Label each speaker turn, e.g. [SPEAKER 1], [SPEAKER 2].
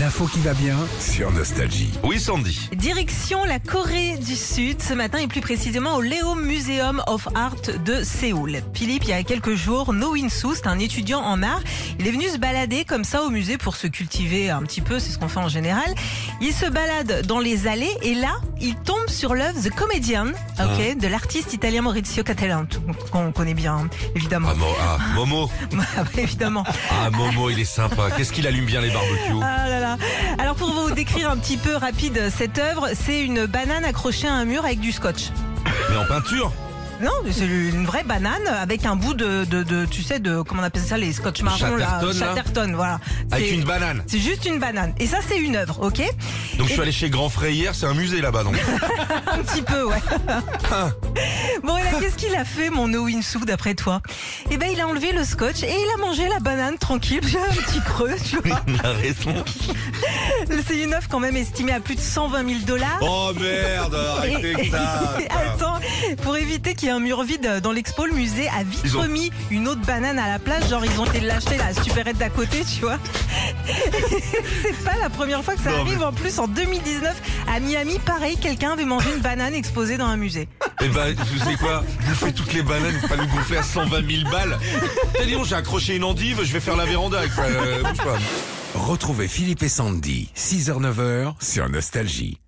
[SPEAKER 1] L'info qui va bien sur Nostalgie.
[SPEAKER 2] Oui, Sandy.
[SPEAKER 3] Direction la Corée du Sud ce matin et plus précisément au Leo Museum of Art de Séoul. Philippe, il y a quelques jours, No Winsoo, c'est un étudiant en art. Il est venu se balader comme ça au musée pour se cultiver un petit peu, c'est ce qu'on fait en général. Il se balade dans les allées et là, il tombe sur l'œuvre The Comedian, ok, de l'artiste italien Maurizio Cattelan, qu'on connaît bien, hein, évidemment.
[SPEAKER 2] Ah, Mo- ah, Momo.
[SPEAKER 3] Ah bah, évidemment.
[SPEAKER 2] Ah, Momo, il est sympa. Qu'est-ce qu'il allume bien les barbecues
[SPEAKER 3] Ah là là. Alors pour vous décrire un petit peu rapide cette œuvre, c'est une banane accrochée à un mur avec du scotch.
[SPEAKER 2] Mais en peinture
[SPEAKER 3] Non, c'est une vraie banane avec un bout de, de, de- tu sais, de comment on appelle ça, les scotch marrons là,
[SPEAKER 2] Chatterton, là.
[SPEAKER 3] Chatterton, voilà.
[SPEAKER 2] Avec
[SPEAKER 3] C'est-
[SPEAKER 2] une banane.
[SPEAKER 3] C'est juste une banane. Et ça, c'est une œuvre, ok
[SPEAKER 2] Donc je suis allé chez Grand Frais hier, c'est un musée là-bas donc.
[SPEAKER 3] Un petit peu, ouais.
[SPEAKER 2] Ah.
[SPEAKER 3] bon, et là, qu'est-ce qu'il a fait, mon No Winsu, d'après toi Eh ben, il a enlevé le scotch et il a mangé la banane tranquille. J'ai un petit creux, tu vois.
[SPEAKER 2] Il a raison.
[SPEAKER 3] C'est une œuvre quand même estimée à plus de 120 000 dollars.
[SPEAKER 2] Oh merde, arrêtez que ça.
[SPEAKER 3] Et Attends, pour éviter qu'il y ait un mur vide dans l'expo, le musée a vite
[SPEAKER 2] Ils ont-
[SPEAKER 3] remis une autre banane à la place. Genre, ils ont été lâchés la supérette d'à côté, tu vois. C'est pas la première fois que ça
[SPEAKER 2] Non, mais-
[SPEAKER 3] arrive. En plus, en 2019, à Miami, pareil, quelqu'un avait mangé une banane exposée dans un musée.
[SPEAKER 2] Eh ben, vous savez quoi Bouffer toutes les bananes, pas nous gonfler à 120 000 balles. T'as dit, j'ai accroché une endive, je vais faire la véranda avec ça. euh, bouge pas.
[SPEAKER 1] Retrouvez Philippe et Sandy, 6h-9h sur Nostalgie.